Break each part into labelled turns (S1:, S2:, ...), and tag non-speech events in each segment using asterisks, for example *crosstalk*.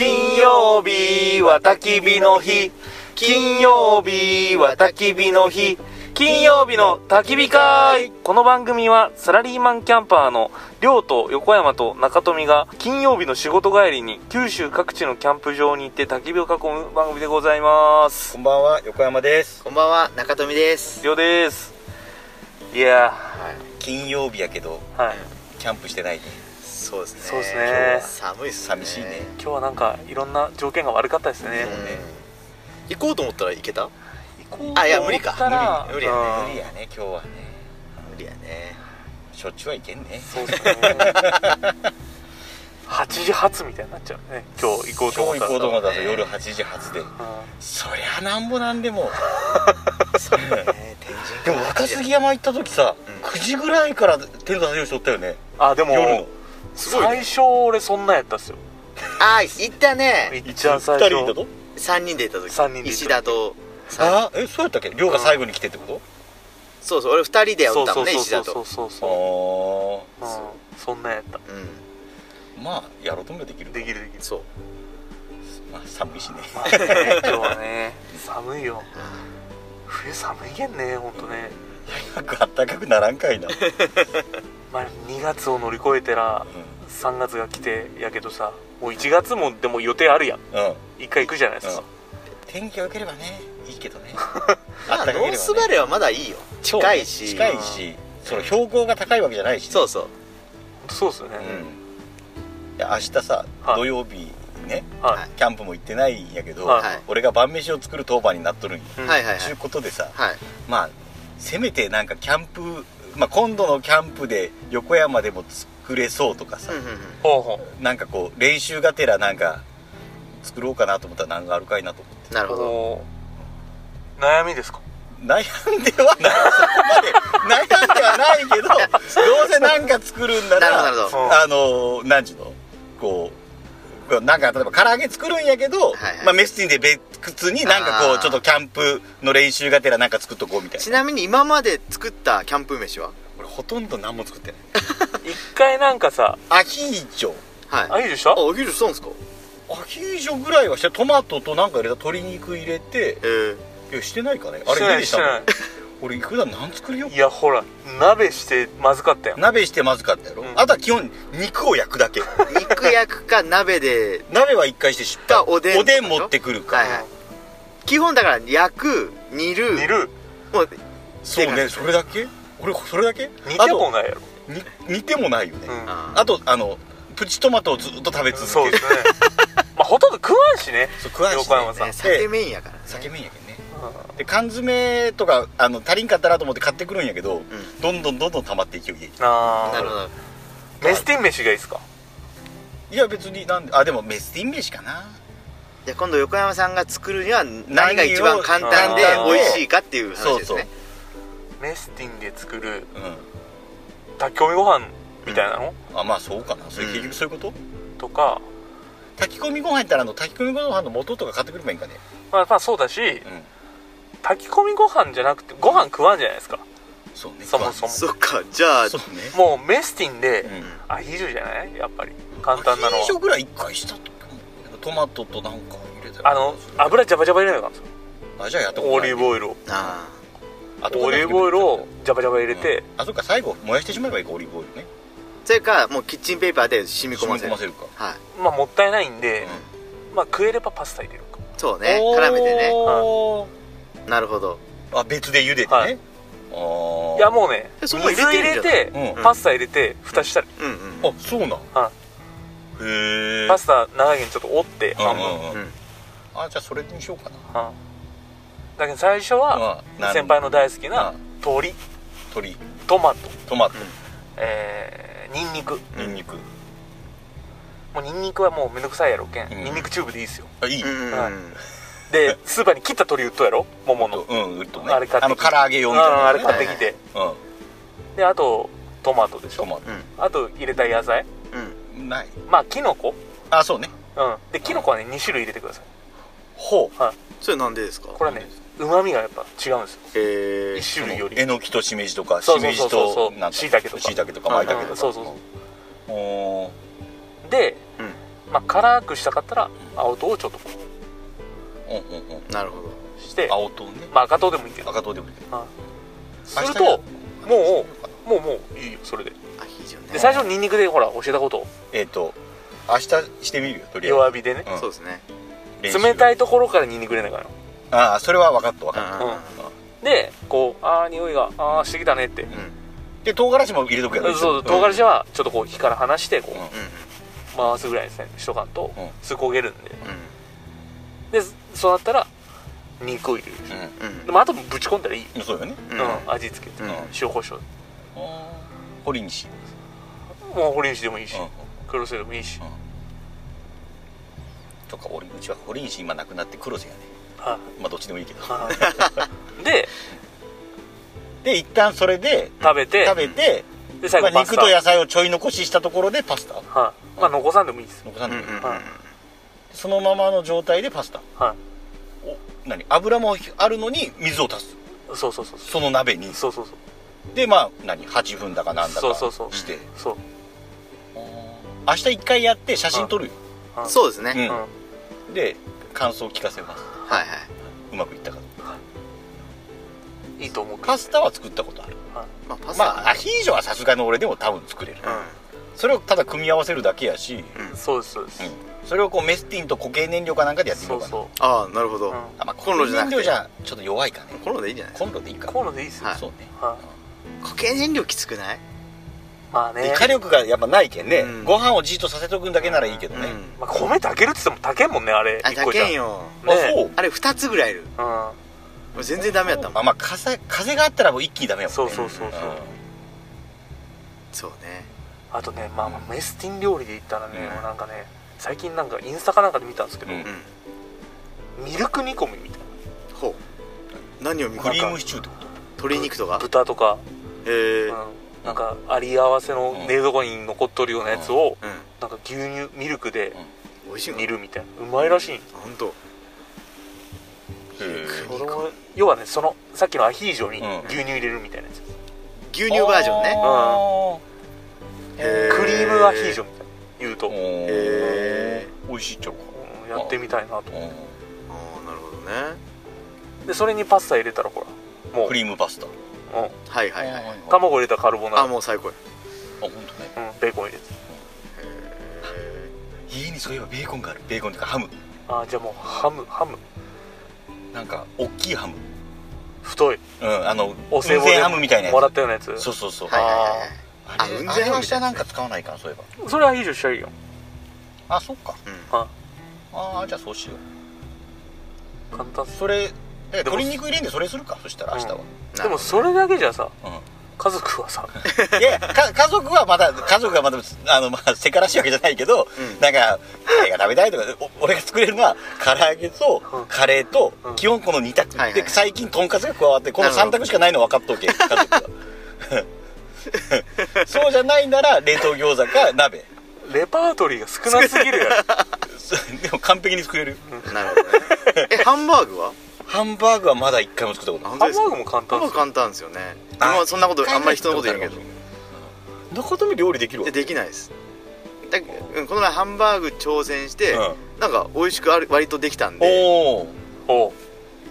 S1: 曜日は焚き火の日金曜日は焚き火の日金曜日の焚き火会この番組はサラリーマンキャンパーの亮と横山と中富が金曜日の仕事帰りに九州各地のキャンプ場に行って焚き火を囲む番組でございます
S2: こんばんは、横山です。
S3: こんばんは、中富です。
S1: 亮ですいや
S2: 金曜日やけど、
S1: ーはい
S2: キャンプしてないね。
S3: そうですね。
S1: そうですね
S3: 今日寒いっすね。
S2: 寂しいね
S1: 今日はなんかいろんな条件が悪かったですね
S3: うん行こうと思ったら行けた
S1: 行こう
S3: あいや無理か
S1: と思ったら
S3: 無理無理やね
S1: うん
S2: 無理やね、今日はね。
S3: 無理やね。
S2: しょっちゅうはいけんね。
S1: そうですね8時発みたいになっちゃうね今日行こうと思った
S2: 今日行こうと思ったら
S3: ね
S2: 夜8時発で。
S1: う
S2: そりゃなんぼなんでも。
S3: *laughs* そうね。天神
S2: でも若杉山行った時さ、
S3: ん
S2: 9時ぐらいから手出せる人おったよね。
S1: んあでも
S2: 夜の。
S3: すごいね
S1: 最初俺そんなんやったっすよ
S3: あ、行ったね。
S1: 一番最
S2: 2人いた
S1: 初
S2: と
S3: 三人で行った時。
S1: 三人で行った時
S3: 石田と。三人
S2: ああ、え、そうやったっけ亮が最後に来てってこ
S3: そうそう、俺二人でおったもんね、
S1: そうそ
S3: 石田
S1: うそ
S3: と
S1: う。そう
S2: と
S1: そ
S2: あ
S1: うそううんそんなんやった
S3: うん。
S2: あ。まあ、やろうと思えばできる。
S1: できるできる
S3: そう。
S2: まあ、寒いしね。
S1: まあね *laughs* 今日はね寒いよ冬寒いけんねほんとね
S2: 早くあったかくならん
S1: *laughs*
S2: かいな。う
S1: まあ2月を乗り越えてら
S2: ん
S1: 3月が来てやけどさもう1月もでも予定あるやん
S2: うん。
S1: 一回行くじゃないですか
S2: 天気が良ければねいい
S1: *laughs*
S2: けどね
S3: まあ、ノースバレーはまだいいよ。近いし。
S2: 近いしその標高が高いわけじゃないしね、
S3: そうそう。
S1: そうっすよね
S2: うん、いや明日さ、
S1: はい
S2: 土曜日ね
S1: は
S2: キャンプも行ってないんやけど、
S1: はい
S3: はい
S2: 俺が晩飯を作る当番になっとるんや、
S1: い
S3: はいはいは
S2: ちゅう
S3: い。
S2: ことでさ
S3: はい。
S2: まあせめてなんかキャンプ、まあ、今度のキャンプで横山でも作れそうとかさ
S3: うん、うんうん。
S1: ほうほ
S2: なんかこう練習がてらなんか作ろうかなと思ったら何があるかいなと思って
S3: なる
S1: う
S3: ほど。
S1: おー悩みですか
S2: 悩んではない *laughs* そこまで悩んではないけどどうせなんか作るんなら
S3: なるほどなる
S1: ど
S3: ほ
S2: あの何ちゅうのこうなんか例えば唐揚げ作るんやけど、
S3: はいはい
S2: まあ、メスティンで別になんかこ
S3: あ
S2: う
S3: ー
S2: ちょっとキャンプの練習がてらなんか作っとこうみたい
S3: ち
S2: な
S3: なみに今まで作ったキャンプ飯は
S2: 俺ほとんど何も作ってない
S1: 一回なんかさ
S2: アヒージョ
S3: はい。
S1: あいいでしょ
S3: あ、お昼したんですか
S2: アヒージョぐらいはしてトマトとなんか入れた鶏肉入れて
S3: ええ。
S2: いやしてないかねあ
S1: して
S2: れ
S1: な
S2: 家
S1: い
S2: でし
S1: して
S2: たの
S1: ない
S2: 俺普段何作るよ
S1: いやほら鍋してまずかったよ
S2: 鍋してまずかったやろ、
S1: うん
S2: あとは基本肉を焼くだけ
S3: 肉焼くか鍋で
S2: 鍋は一回して失敗
S3: かおでんとかでしょ
S2: 持ってくるか、
S3: はいはい基本だから焼く煮る
S1: 煮る
S3: もう
S2: そうねそれだけ俺それだけ
S1: 煮てもないやろ
S2: あとに似てもないよね、
S1: うん
S3: あー
S2: あとあのプチトマトをずっと食べ続ける
S1: そうですねまあほとんど食わんしね
S2: そう食わんしね
S1: 横山さん
S3: ね酒メインやからね
S2: 酒麺やけんね
S1: う
S2: で缶詰とかあの足りんかったなと思って買ってくるんやけど、
S3: ん
S2: どんどんどんどん溜まっていきよ家に
S1: んあ
S3: なるほ
S1: あ
S3: ど
S1: メスティン飯がいいですか
S2: いや別になんであでもメスティン飯かな
S3: じゃあ今度横山さんが作るには何が一番簡単で
S1: 何を
S3: 美味しいかっていう話
S2: そう
S3: です
S2: そう、
S3: ね
S1: メスティンで作る
S2: う
S1: 炊き込みご飯みたいなの
S2: んあまあそうかなそれ
S3: うん
S2: 結局そういうこ
S1: と
S2: と、
S1: か
S2: 炊き込みご飯やったらあの炊き込みご飯の素とか買ってくればいいんかね
S1: まあまあそうだし
S2: うん
S1: 炊き込みご飯じゃなくてご飯食わんじゃないですか
S2: そうね
S1: そもそも
S3: そっかじゃあ
S2: そうね
S1: もうメスティンで
S2: うん
S1: アヒージョじゃないやっぱり簡単なの
S2: アヒージ
S1: は
S2: ョぐらい一回したと思うなんかトマトとなんか入れた
S1: あの油ジャバジャバ入れないかんですよ
S2: あじゃあやったこと
S1: オ
S2: な
S1: リ
S2: い
S1: ーブオイルを
S3: あ
S2: あと
S1: オリーブオイルをジャバジャバ入れ
S2: 入
S1: て
S2: あそっか最後燃やしてしまえばいいかオリーブオイル
S3: ー
S2: ね
S3: それかもうキッチンペーパーで染み込
S2: 染
S3: ま
S2: み
S3: せ
S2: 込
S3: る
S2: ませるか
S3: はい
S1: まあもったいないんで
S2: う
S1: まあ食えればパスタ入れるか
S3: そうね
S2: ん
S3: 絡めてね
S2: おー
S3: なるほど
S2: あ別で茹でて
S1: はい
S2: ねあ
S1: いやもうね
S3: えそ
S1: 水
S3: んな
S1: 入
S3: ん入れて
S1: れ
S3: るじゃん
S1: て
S2: うん
S1: パスタ入れて蓋したり
S3: うんうん
S2: あそうなん
S1: は
S2: へえ
S1: パスタ長いけんちょっと折って
S2: うん
S1: 半分
S2: うんうん
S3: うん
S2: あじゃあそれにしようか
S1: はいだけど最初は
S2: うんなん
S1: 先輩の大好き
S2: う
S1: なん鶏
S2: な鶏
S1: トマト
S2: トマト
S1: えーニンニク
S2: ニンニク
S1: もうニンニクはもうめんどくさいやろけん
S2: うん
S1: ニンニクチューブでいいっすよ
S2: あいい
S3: うんうん
S1: はい
S3: うん
S1: で
S2: *laughs*
S1: スーパーに切った鶏売っとやろももの
S2: うんうっとね
S1: あれ買ってきて
S2: あの唐揚げ用
S1: うん
S2: みたいなね
S1: あれ買ってきて
S2: うん
S1: であとトマトでし
S2: ト
S1: ょ
S2: マ
S1: あと入れたい野菜
S3: うん
S2: トない
S1: まあキノコ
S2: あそうね
S1: うんでキノコはね2種類入れてください
S2: ほ
S3: それなんでですか
S1: これはねうまみがやっぱ違うんですよ
S3: えー
S1: 1種類より
S2: うえのきとしめじとかし
S1: そうそ
S2: め
S1: うそ
S2: じ
S1: うそう
S2: となんだ
S1: 椎茸とか
S2: しいたけとかまいたけと
S1: う
S2: か
S1: んそうそうそ
S2: おー
S1: うで
S3: うん
S1: まあ、辛くしたかったら青糖をちょっとこ
S2: うんうんうん
S3: なるほど
S1: うして、
S2: 青糖ね
S1: まあ、赤糖でもいいけど
S2: 赤糖でもいいけど
S1: する
S2: 明日
S1: と
S2: や
S1: もうもうもういいよそれで
S3: アヒージョね
S1: で最初にニンニクでほら教えたことを
S2: えっ、と明日してみるよとりあ
S1: 弱火でね
S2: えず、
S3: そうですね
S2: うん
S1: 冷た
S2: い
S1: いところからニンニク入れないからな
S2: ああそれは分かった分
S3: う
S2: かっ
S3: んうん
S1: でこうああ匂いがああしてきたねって
S2: た、うんで唐辛子も入れとくやろ
S1: そう唐辛子はちょっとこう火から離してこう
S2: う
S1: 回すぐらいですねしとかんと
S2: うん
S1: すぐ焦げるん
S3: うん
S1: ででそうなったら肉を入れる
S2: んうん
S3: うん
S1: でもあとぶち込んだらいい、
S2: うんそうよね
S3: う
S1: うんん味付けて、
S3: うん
S1: 塩コショウ
S2: 堀西
S1: もう堀西でもいいし、
S2: うん
S1: 黒瀬でもいいし、
S2: とか俺うちは堀西今なくなって黒瀬やね
S1: は
S2: まあどっちでもいいけど
S1: いはいで
S2: で一旦それで
S1: 食べて
S2: *laughs* 食べて、
S1: で最
S2: ま
S1: 後
S2: あ、
S1: パス
S2: 肉
S1: タ、
S2: と野菜をちょい残ししたところでパスタ
S1: はいまあ残さんでもいいです
S2: 残さ
S3: うんん
S2: で
S3: う
S2: も
S3: ん
S2: いい、
S3: うん
S1: はい
S2: そのままの状態でパスタ
S1: は
S2: お何油もあるのに水を足す
S1: いそうそうそうそう
S2: その鍋に
S1: そうそうそう
S2: でまあ何8分だかなんだか
S1: そうそうそう
S2: して
S1: そう
S2: 明日一回やって写真撮るよ、
S1: はい
S3: そうですね
S2: うん
S1: うん
S2: で感想を聞かせます
S3: はいはいう
S2: まくいったか
S1: いいと思うけど
S2: パスタは作ったことある
S3: まあパス
S2: ま
S3: タ
S2: あアヒージョはさすがの俺でも多分作れる、それをただ組み合わせるだけやし、
S3: うん
S1: そうですそうです、
S2: うんそれをこうメスティンと固形燃料かなんかでやってみ
S1: そ
S2: よう
S1: う
S2: かな
S1: そ
S3: ああなるほ
S1: う、
S3: ど
S1: うん、
S2: あまあ
S3: コンロじゃなくて
S2: 固形燃料じゃちょっと弱いかね
S3: コロナでいいんじゃないですか
S2: コンロでいい
S1: こ
S2: か
S1: ういうのでいいっすよ、
S3: はい
S2: そうね
S1: は
S3: 固形燃料きつくない
S1: い、まあ
S2: で
S1: ね
S2: 火力がやっぱないけんね、
S3: うん
S2: ご飯をじっとさせとくんだけならいいけどね、
S1: まあ、米炊けるっつっても炊けんもんねあれ
S3: あ
S1: 一個
S3: 高
S1: じゃ
S3: いんよ
S2: あ
S1: ね
S2: そう
S3: あれ2つぐらいいる
S1: うん
S3: 俺全然ダメやったも
S2: あ
S3: ん
S2: まあ風風があったらもう一気にダメやもんね
S1: そうそうそうそう
S3: そうね
S1: あとね、まあ、まあメスティン料理で言ったらね、
S2: うん
S1: もうなんかね最近なんかインスタかなんかで見たんですけど、
S2: うん
S3: う
S1: ミルク煮込みみたい
S3: んほう何を見
S2: うん
S3: る
S2: ク
S3: か
S2: リームシチューってこと
S3: 鶏肉と
S1: な
S3: か
S1: 豚とか、
S3: へ
S1: う
S3: え
S1: ん、なんかあり合わせの冷蔵庫に残っとるようなやつを、
S3: うん
S1: なんか牛乳ミルクで
S3: 美味しい
S1: 煮
S3: の
S1: るみたいなうまいらしい
S3: 本当
S2: へ
S3: ー
S1: 子供要はねそのさっきのアヒージョに
S2: うん
S1: 牛乳入れるみたいなやつ、
S3: 牛乳バージョンね
S2: ン
S3: へー
S1: クリームアヒージョみたいな言うと、
S2: へえ
S3: へ
S2: 美味しいっちゃうか
S1: うんやってみたいなと
S2: う
S3: ああ
S2: ん
S3: なるほどね
S1: でそれにパスタ入れたらほらもう
S2: クリームパスタ
S1: うん
S3: はいはいはい
S2: あ
S1: 卵入れたカルボナ
S3: あ
S1: ー
S3: もう最高や
S2: 本当ね
S1: ラ、うん、ベーコン入れて
S2: 家にそういえばベーコンがあるベーコンとかハム
S1: あじゃあもうハムハム
S2: なんか大きいハム
S1: 太い
S2: うんあの
S1: お歳暮
S2: 運
S1: で
S2: 転ハムみたいな
S1: もら
S2: や
S1: ったようなやつ
S2: つそうそうそう
S3: はいはいはいはい
S2: あれ
S3: あ運
S2: あ
S3: 転
S2: れ
S3: ハム
S2: 明
S3: み
S2: 日
S3: たいな
S2: なんか使わないかなそういえ
S1: それアヒージョしたらいいよ
S2: ばあそっか
S3: うん
S2: ああじゃあそうしよう
S1: 簡単っす
S2: それえ
S1: でも
S2: 鶏肉入れんでそれするかそしたら明日は
S3: な
S1: でもそれだけじゃさ
S2: うん
S1: 家族はさ
S2: *laughs* いやか家族はまだ家族がまだあのまあせからしいわけじゃないけど、
S3: うん
S2: なんかカレーが食べたいとかお俺が作れるのは唐揚げと
S1: うん
S2: カレーと、
S1: うん
S2: 基本この2択、
S3: はいはい
S2: で最近とんかつが加わってこの3択しかないの分かっとけ家族はそうじゃないなら冷凍餃子か鍋
S1: レパートリーが少なすぎるやろ
S2: でも完璧に作れる
S3: なるほどね *laughs* えハンバーグは
S2: ハンバーグはまだ1回も作ったこと
S3: あ
S2: ない
S1: ハ
S3: 本当
S1: ンバ
S3: です
S1: ー
S3: か
S1: グも簡
S3: ハン
S1: 単
S3: バ
S1: っ
S3: ーグ
S1: すよ
S3: 簡単ですよね
S2: あ
S3: 今そんなことあんまり人のこと言うけ
S2: 一
S3: ど
S2: 回もやったことないどことも料理できるわ
S3: でできないですだうんこの前ハンバーグ挑戦して、
S2: うん
S3: なんか美味しくある割とできたんで
S2: おお
S1: おう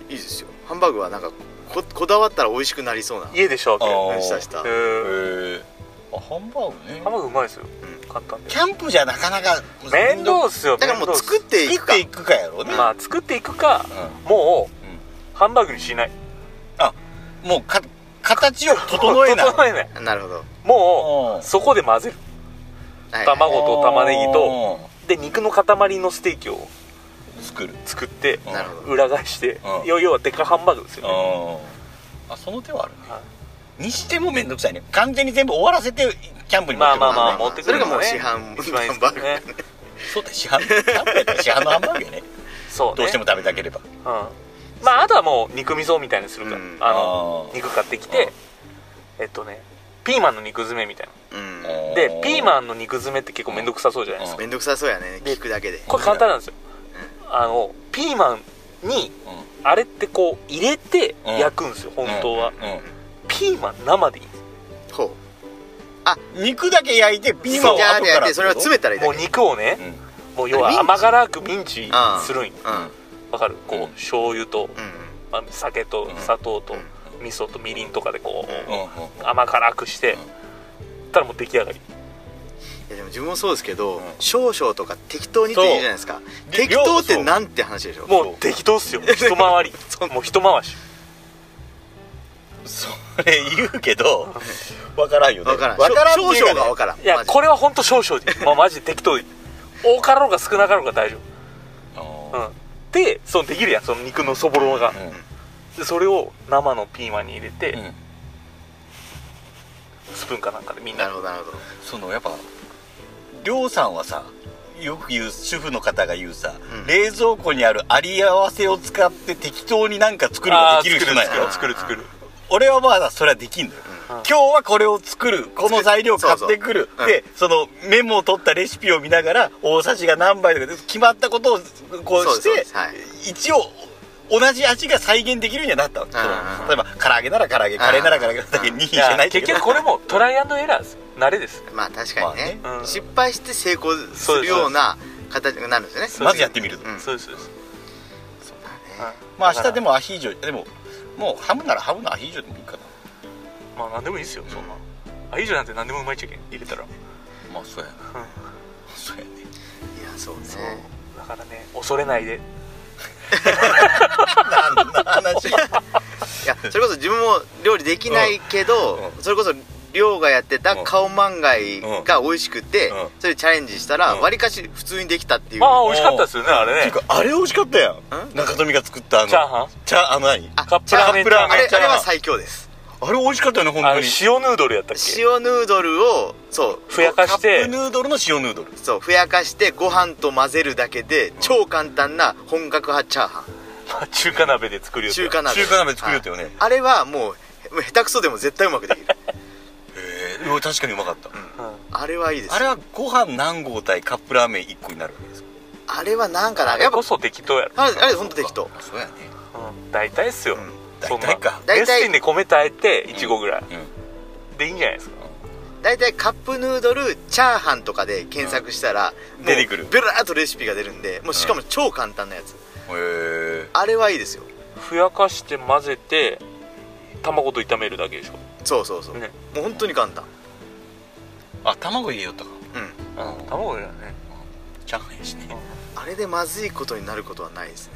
S3: いいですよハンバーグはなんかここだわったら美味しくなりそうな
S1: 家でしたわけ
S2: あー
S1: へ
S2: ー
S3: したした
S1: え
S2: へえあハンバーグね
S1: ハンバーグうまいですよ
S3: う
S1: 簡単で
S2: キャンプじゃなかなか
S1: 面倒っすよ
S3: だからもう作っていく
S2: 作
S3: か
S2: っていくかやろうね、
S1: まあ作っていくか
S2: う
S1: もう、
S2: う
S1: ハンバーグにしない
S2: んもうか形を整えない
S1: 整えない
S3: なるほど、はい
S1: も
S2: うん
S1: うそこで混ぜる
S3: はい
S1: 卵と玉ねぎと
S2: と
S1: で肉の塊のステーキを
S2: 作る
S1: 作って
S3: なるほど
S1: 裏返して
S2: うん
S1: 要要はデカハンバーグですよね
S2: うんあその手はあるね
S1: は
S2: にしても面倒くさいね完全に全部終わらせてキャンプに持
S1: まあ
S2: ってくる
S1: まあま
S2: の
S1: あ
S2: ね
S1: 持ってくるのがね
S3: それがもう市販
S1: 一番いいです
S3: ハンバ
S1: ね
S2: そうだよ市販キャンプやったら市販のハンバーグやね
S1: そうね
S2: どうしても食べたければ
S1: うんまああとはもう肉味噌みたいにするから
S3: うん
S1: あの
S2: あー
S1: 肉買ってきてえっとねピーマンの肉詰めみたい
S3: うん
S1: なでピーマ
S2: ン
S1: ンの肉詰めって結構面倒くさそうじゃないですか
S3: めんどくさそうやね聞くだけで
S1: これ簡単なんですよあのピーマンにあれってこう入れて焼くんですよ本当はピーマン生でいいんです
S3: ほう
S2: 肉だけ焼いてピーマンを
S3: じゃあ
S2: 後
S3: や
S2: か
S3: っ
S2: ら
S3: てそれを詰めたらいいだ
S1: もう
S3: け
S1: 肉をね
S2: うん
S1: もう要は
S3: ミンチ
S1: 甘辛くミンチ
S3: ああ
S1: するんよ
S3: うん
S1: わかるこう、
S2: うん
S1: 醤油と、
S3: うん
S1: まあ、酒と
S2: うん
S1: 砂糖と、
S3: うん
S1: 味噌とみりんとかでこ
S2: うんうん
S1: う、甘辛くして、たらもう出来上がり
S3: いやでも自分もそうですけど、
S2: うん
S3: 少々とか適当にって言うじゃないですか
S2: り
S3: 適当ってなんて話でしょ
S1: もう適当っすよ一回りもう一回し
S2: それ言うけど分からんよね
S3: 分からん
S2: 分からんってい
S3: 少々
S2: うかね
S3: が分からん
S1: いや
S3: マジで
S1: これは本当少々でいい、まあ、マジで適当でいい多かろうが少なかろうが大丈夫、うん、でそのできるやんその肉のそぼろが、でそれを生のピーマンに入れて、
S2: うんうん
S1: スプーンかなんかでみん
S3: な
S1: な
S3: るほどなるほど
S2: そのやっぱりょうさんはさよく言う主婦の方が言うさ、
S3: うん
S2: 冷蔵庫にあるあり合わせを使って適当になんか作るが
S1: あ
S2: できる人
S1: ー
S2: なん
S1: 作
S2: や
S1: る作る作る作る
S2: 俺はまだそれはできんのよ、
S1: うん
S2: 今日はこれを作るこの材料を買ってくる
S3: そうそう
S2: でそのメモを取ったレシピを見ながら大さじが何杯とかで決まったことをこう
S3: そう
S2: し
S3: ですそうで
S2: て
S3: すはい
S2: 一応同じ味が再現できるようにはなったわけそ
S3: うん
S2: の例えば唐揚げなら唐揚げカレーなら唐揚げだけ2じゃな
S1: い
S2: い
S1: や結局これもトライアンドエラーです慣れです
S3: まあ確かにね,、
S1: まあねうん
S3: 失敗して成功するような形になるんですよね
S2: まずやってみると、
S3: うん
S1: そうですそうです、
S3: そうだ
S1: うん
S3: ね
S2: まあ
S1: だ
S2: 明日
S1: か
S2: で
S1: ら
S2: もアヒージョでももうハムならハムのアヒージョでもいいかな
S1: まあ何でもいいですよそんなアヒージョなんて何でもうまいっちゃいけん入れたら、
S2: まあそうやなそうやね
S3: いやそうね
S1: そうだからね恐れないで
S2: 何の話
S3: いやそれこそ自分も料理できないけど、それこそ亮がやってた顔漫イが美味しくて、
S2: うん
S3: それチャレンジしたら
S2: うん
S3: わりかし普通にできたっていう、
S1: ああ美味しかったですよねあれ
S2: てい
S1: ね
S2: うかあれ美味しかったや
S3: ん
S2: ん中富が作ったあの
S1: チャーハン
S2: チャーあの何
S3: あ
S1: カップラーメン
S3: チャ
S1: チャーハン
S3: あれ
S2: チャ
S3: あ
S2: ーハン
S3: れは最強です
S2: あれ美味しかったよね本
S1: あ
S2: 当
S1: の
S2: に
S1: 塩ヌードルやったっけ
S3: 塩ヌードルをそう
S1: ふやかし
S2: カッ
S1: て
S2: プヌードルの塩ヌードル
S3: そうふやかしてご飯と混ぜるだけで超簡単な本格派チャーハン
S1: まあ中華鍋で作るよ
S3: 中華鍋
S2: 中華鍋作るよってよね
S3: はいあれはもうもう下手くそでも絶対うまくで
S2: *laughs*
S3: きる
S2: へえうわ確かにうまかった、
S1: 鍋、
S3: あれはいいです
S2: あれはご飯何合対カップラーメン1個になるわけですか
S3: あれはなんか
S1: うん、
S3: な
S1: あ
S3: や
S1: れ
S3: っぱ
S1: こそ適当やろ、
S3: あれあれ本当適当
S2: あそうやね
S1: うん、大体っすよ、
S3: うん
S1: そんな
S2: 大体か
S3: 大体
S1: レッスンで米炊いていちごぐらい、
S2: うん
S1: でいいんじゃないですか
S3: 大体カップヌードルチャーハンとかで検索したら、
S2: うん
S3: もう
S2: 出てくる
S3: ベラーっとレシピが出るんでもうしかも超簡単なやつ、
S2: へえ
S3: あれはいいですよ
S1: ふやかして混ぜて卵と炒めるだけでしょ、
S3: そうそうそう、
S1: ね
S3: もう本当に簡単
S2: あ卵入れよったか
S3: うん
S1: うん、卵だよね
S2: チャーハンやしね
S1: うん
S3: あれでまずいことになることはないですね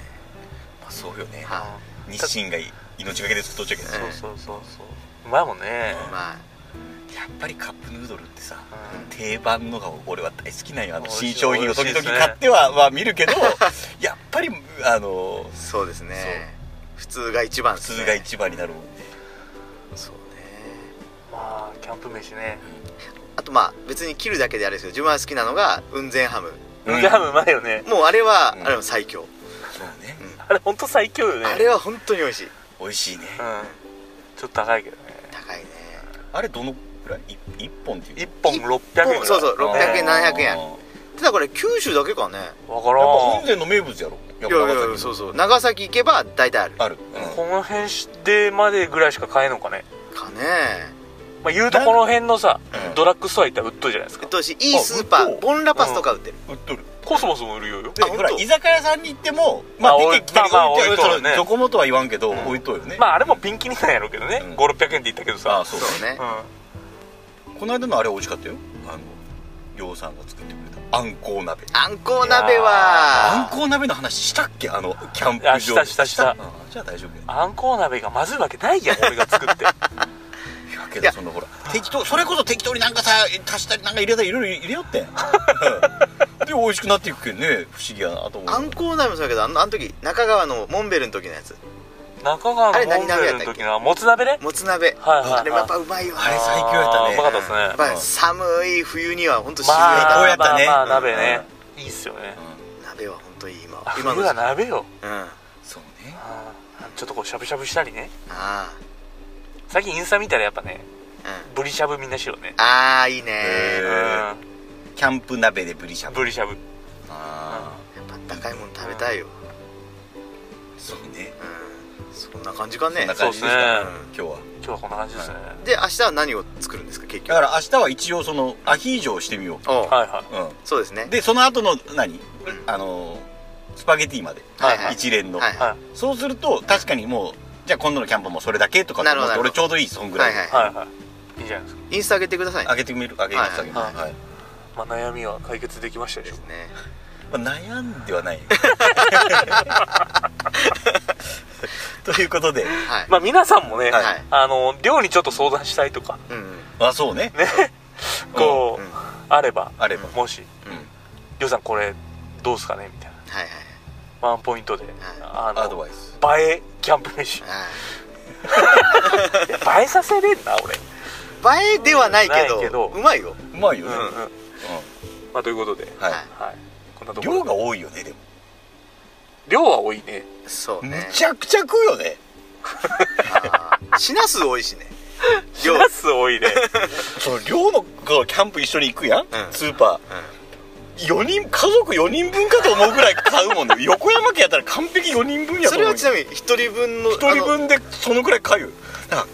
S2: まあそうよね
S3: はい
S2: 日清が命がけで作っとっちゃうけどね
S1: そうそうそうそううまいもんね、
S3: まあ
S2: やっぱりカップヌードルってさ
S1: うん
S2: 定番のが俺は大好きなんよあの
S1: 美味しい
S2: 新商品を時
S1: 美味しい
S2: 々
S1: ですね
S2: 買ってはまあ見
S1: *laughs*
S2: るけどやっぱりあの
S3: そうですね普通が一番で
S2: 普
S3: すね
S2: 通が一番になるもんね
S3: そうね
S1: まあキャンプ飯ね
S3: あとまあ別に切るだけであれですけど自分は好きなのが雲仙ハム
S1: う
S2: うん
S1: んジャムうまいよね
S3: もうあれは、
S2: うん
S3: あれも最強、
S2: そうね
S3: うん
S1: あれほんと最強よね
S3: あれは本当に美味しい
S2: 美味しいね
S1: うんちょっと高いけどね
S3: 高いね
S2: あれどのくらいい一本っていう
S1: 1本600円ぐらい
S3: そうそう
S1: ね
S3: 600円
S2: あー
S3: 700円
S2: や
S3: だ
S2: っ
S3: からこれ九州だけかね
S1: わからん
S2: ぱ本膳の名物やろや
S3: いやいや
S2: っ
S3: い
S2: ぱ
S3: やそううそう長崎行けば大体ある
S2: あるうん
S1: この辺でまでぐらいしか買えんのかね
S3: かね
S1: まあ言うとこの辺のさ
S2: うん
S1: ドラッグストア行ったら売っとるじゃないです
S3: え
S1: か
S3: っとしいいスーパ
S2: あ本
S3: ー
S2: 当
S3: ボンラパスとか売ってる、
S2: 売っとる
S1: コスモスも売るよよ
S2: で
S3: あ本当
S2: ほら居酒屋さんに行ってもまあ
S1: まあ
S2: 出てきたり
S1: まあまあ
S2: 置いて
S1: 置いとるね
S2: そのどこもとは言わんけど
S1: ん
S2: 置いとるよね
S1: まああれもピンキリなんやろうけどね
S2: うん
S1: 5600円って言ったけど
S2: あ
S1: さ
S2: あそう
S3: そうね、
S1: う
S2: この間のあれ美味しかったよあの洋さんが作ってくれたあんこう鍋
S3: あんこう鍋は
S2: あんこう鍋の話したっけあのキャンプ場
S1: あしたしたした
S2: うんじゃあ大丈夫や
S1: んあんこう鍋がまずいわけないやん俺が作
S3: *laughs*
S1: って
S2: いやけ
S3: いや
S2: どそのほら適当それこそ適当になんかさ足したりなんか入れたりいろいろ入れよ *laughs* ってんうんで美味しくなっていくけどね不思議やなと思
S3: あ
S2: うん
S3: こう鍋もそうだけどあのあの時中川のモンベルの時のやつ
S1: 中川
S3: あ
S1: の
S3: れ
S1: モ
S3: 何
S1: ン
S3: 鍋
S1: ベ
S3: や
S1: ル
S3: っ
S1: の
S3: たっけ
S1: 時のもつ鍋ね
S3: もつ鍋
S1: はいはいはい
S3: あれもやっぱうまいよ
S2: あれ
S3: ね
S2: 最強やったね
S1: あーうまかったです
S3: や
S1: ね
S3: っぱり寒い冬には本当しびれた、
S1: まあ
S2: こうやったね
S1: まあまあ鍋ね、いいっすよね、
S3: 鍋は本当にいい今
S1: あ
S3: 今
S1: 冬
S3: の時
S1: は
S3: 期
S1: 鍋よ、
S3: うんあ
S2: そうね
S1: あーちょっとこうしゃぶしゃぶしたりね
S3: あ
S1: 最近インスタ見たらやっぱね
S3: うん
S1: ブリしゃぶみんなしろね
S3: ああいいね
S2: へ
S1: う
S2: え
S1: ん
S2: ーキャンプ鍋でブリしゃぶ
S1: ブリしゃぶ
S2: あ
S3: やっぱ高いもの食べたいよ
S2: あそうね
S3: うんそんな感じか
S2: こん
S3: ね
S2: な感じですか
S1: そうっすね
S2: うん今日は
S1: 今日日はこんな感じですね、
S3: で明日は何を作るんですか結
S2: だ
S3: 局
S2: から明日は一応そのアヒージョをしてみよう
S3: おう
S1: はいはい
S2: うん
S3: そうですね
S2: でその後の何あのスパゲティまで、
S3: はいはい
S2: 一連の、
S3: はい
S1: はい
S2: そうすると確かにもうじゃあ今度のキャンプもそれだけとかと思っ
S3: な
S2: て
S3: るほど
S2: 俺ちょうどいいそんぐら
S3: はいいはい
S1: はいはいいいじゃないですか、
S3: インスタ上げてください
S2: 上げてみる上げます
S3: は
S2: 上
S3: い
S2: げます、
S1: は
S2: はい
S1: まあ、悩みは解決できましたでしょうか
S3: ね
S2: まあ悩んで
S3: *laughs*
S2: はないということで
S3: はい
S1: まあ皆さんもね、
S2: はい
S1: あの寮にちょっと相談したいとか
S3: うんうん
S2: あそうね
S1: ねこう、
S3: うん
S1: あれば
S2: あれば
S1: もし
S2: うん
S1: 「りょうさんこれどうすかね?」みたいな
S3: はいはい
S1: ワンポイントで、あ
S2: アドバ
S1: の
S2: イス
S1: 映えキャンプ
S3: *laughs*
S1: 飯
S3: はい
S1: 映えさせれんな俺
S3: はい映えではないけ
S1: な
S3: ど
S1: いけど
S3: うまいよ
S2: うまいうよ
S1: ん
S2: ね、
S1: うん
S2: うん
S1: まあということで、
S2: はい
S3: は
S1: はい、こんなところ
S2: 量が多いよねでも
S1: 量は多いね
S3: そう
S2: む
S3: ね
S2: ちゃくちゃ食うよね
S3: あー品数多いしね量
S1: シラス多いね
S2: その量のこうキャンプ一緒に行くやん、スーパー4人家族4人分かと思うぐらい買うもんね *laughs* 横山家やったら完璧4人分やと
S3: それは
S2: 思うよ
S3: ちなみに一人分の
S2: 1人
S3: あの
S2: 分でそのくらい買うよだから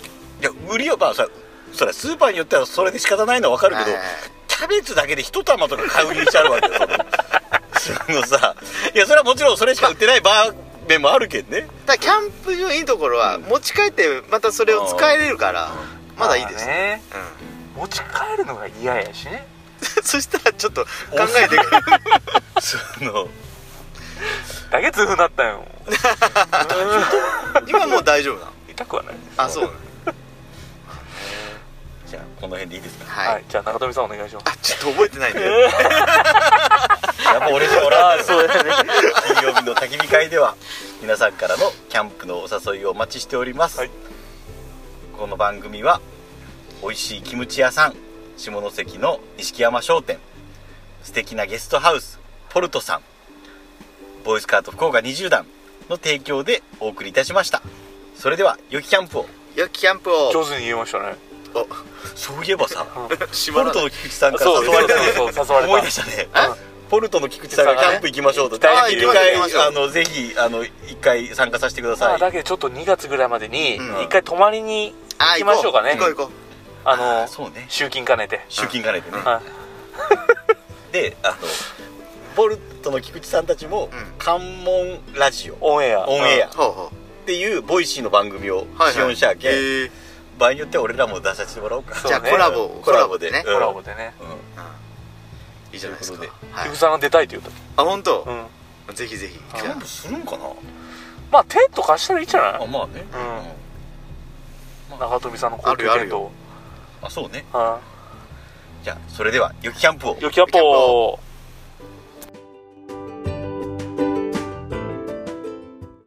S2: いや売りはまあさそりゃスーパーによってはそれで仕方ないのは分かるけど
S3: はいはい
S2: キャベツだけで一玉とか買うにしちゃうわけよ
S3: *laughs*
S2: そのそのさいやそれはもちろんそれしか売ってない場面もあるけんね
S3: だからキャンプ場いいところは持ち帰ってまたそれを使えれるからまだいいです
S1: まあ
S3: ね
S1: ね
S3: うん
S1: 持ち帰るのが嫌やしね
S3: *laughs* そしたらちょっと考え
S1: *laughs*
S3: てくる
S2: その
S1: だけ痛風になったよ
S3: 今もう大丈夫なの
S1: 痛くはないです
S3: あそうなの
S2: じゃあこの辺でいいですか
S1: はい、
S3: はい
S1: じゃあ中富さんお願いします
S3: あちょっと覚えてないんで
S2: やっぱ俺じゃおらん
S1: そうだね
S2: 金曜日の焚き火会では皆さんからのキャンプのお誘いをお待ちしております、
S1: はい
S2: この番組は美味しいキムチ屋さん下関の錦山商店素敵なゲストハウスポルトさんボーイスカート福岡20段の提供でお送りいたしましたそれでは良きキャンプを
S3: よきキャンプを
S1: 上手に言えましたね
S3: お
S2: そういえばさ
S3: 閉ま
S2: ポル
S3: らな
S2: ト
S3: い
S2: の菊池さんから
S1: そう
S2: 誘われたね
S1: そうそうそう誘われた
S2: 思い出したね
S3: え
S2: ポルトの菊池さんがキャンプ行きましょうと
S1: 行きたい
S2: 一
S1: 行きましょう
S3: 行きま
S2: 回
S3: しょう
S2: あのぜひあの一回参加させてくだ
S1: ま
S2: さ
S1: あ
S2: い
S1: だけどちょっと2月ぐらいまでに
S3: うん
S1: 一回泊まりに
S3: あ
S1: 行きましょうかね
S3: 行こう行こ
S1: あの
S2: ーそうね
S1: 集金兼ねて
S2: 集金兼ねてね
S1: はい
S2: であのポルトの菊池さんたちも
S3: うん
S2: 関門ラジオっ
S1: オンエア
S2: オンエア
S3: うほうほ
S2: ていうボイシーの番組を
S3: うはい
S2: 使用
S3: はい
S2: したわけ、
S3: へえ
S2: 場合によっては俺らも出させてもらおうか
S1: そう
S3: じゃあ
S1: ね
S3: コラボ
S2: コラボで
S3: ね
S1: うんコラボでね
S2: うん
S3: いいじゃないですか
S2: というこ
S3: は
S1: 菊
S3: い
S1: 池さんが出たいって言うと
S3: あ本当
S1: うん
S3: ぜひぜひ
S2: キ
S3: じ
S2: ャ
S3: ゃ
S2: ンプするんかな
S1: まあテント貸したらいいじゃな
S2: あ
S1: い
S2: まあね
S1: うん
S2: う
S1: 中富さんの高級
S3: あるよあ
S1: テ
S3: る
S1: ン
S3: よ
S1: ト
S2: んあそうね
S1: は
S2: じゃあそれでは良きキャンプを
S1: いよきやっ
S3: よきやっ
S1: ぽー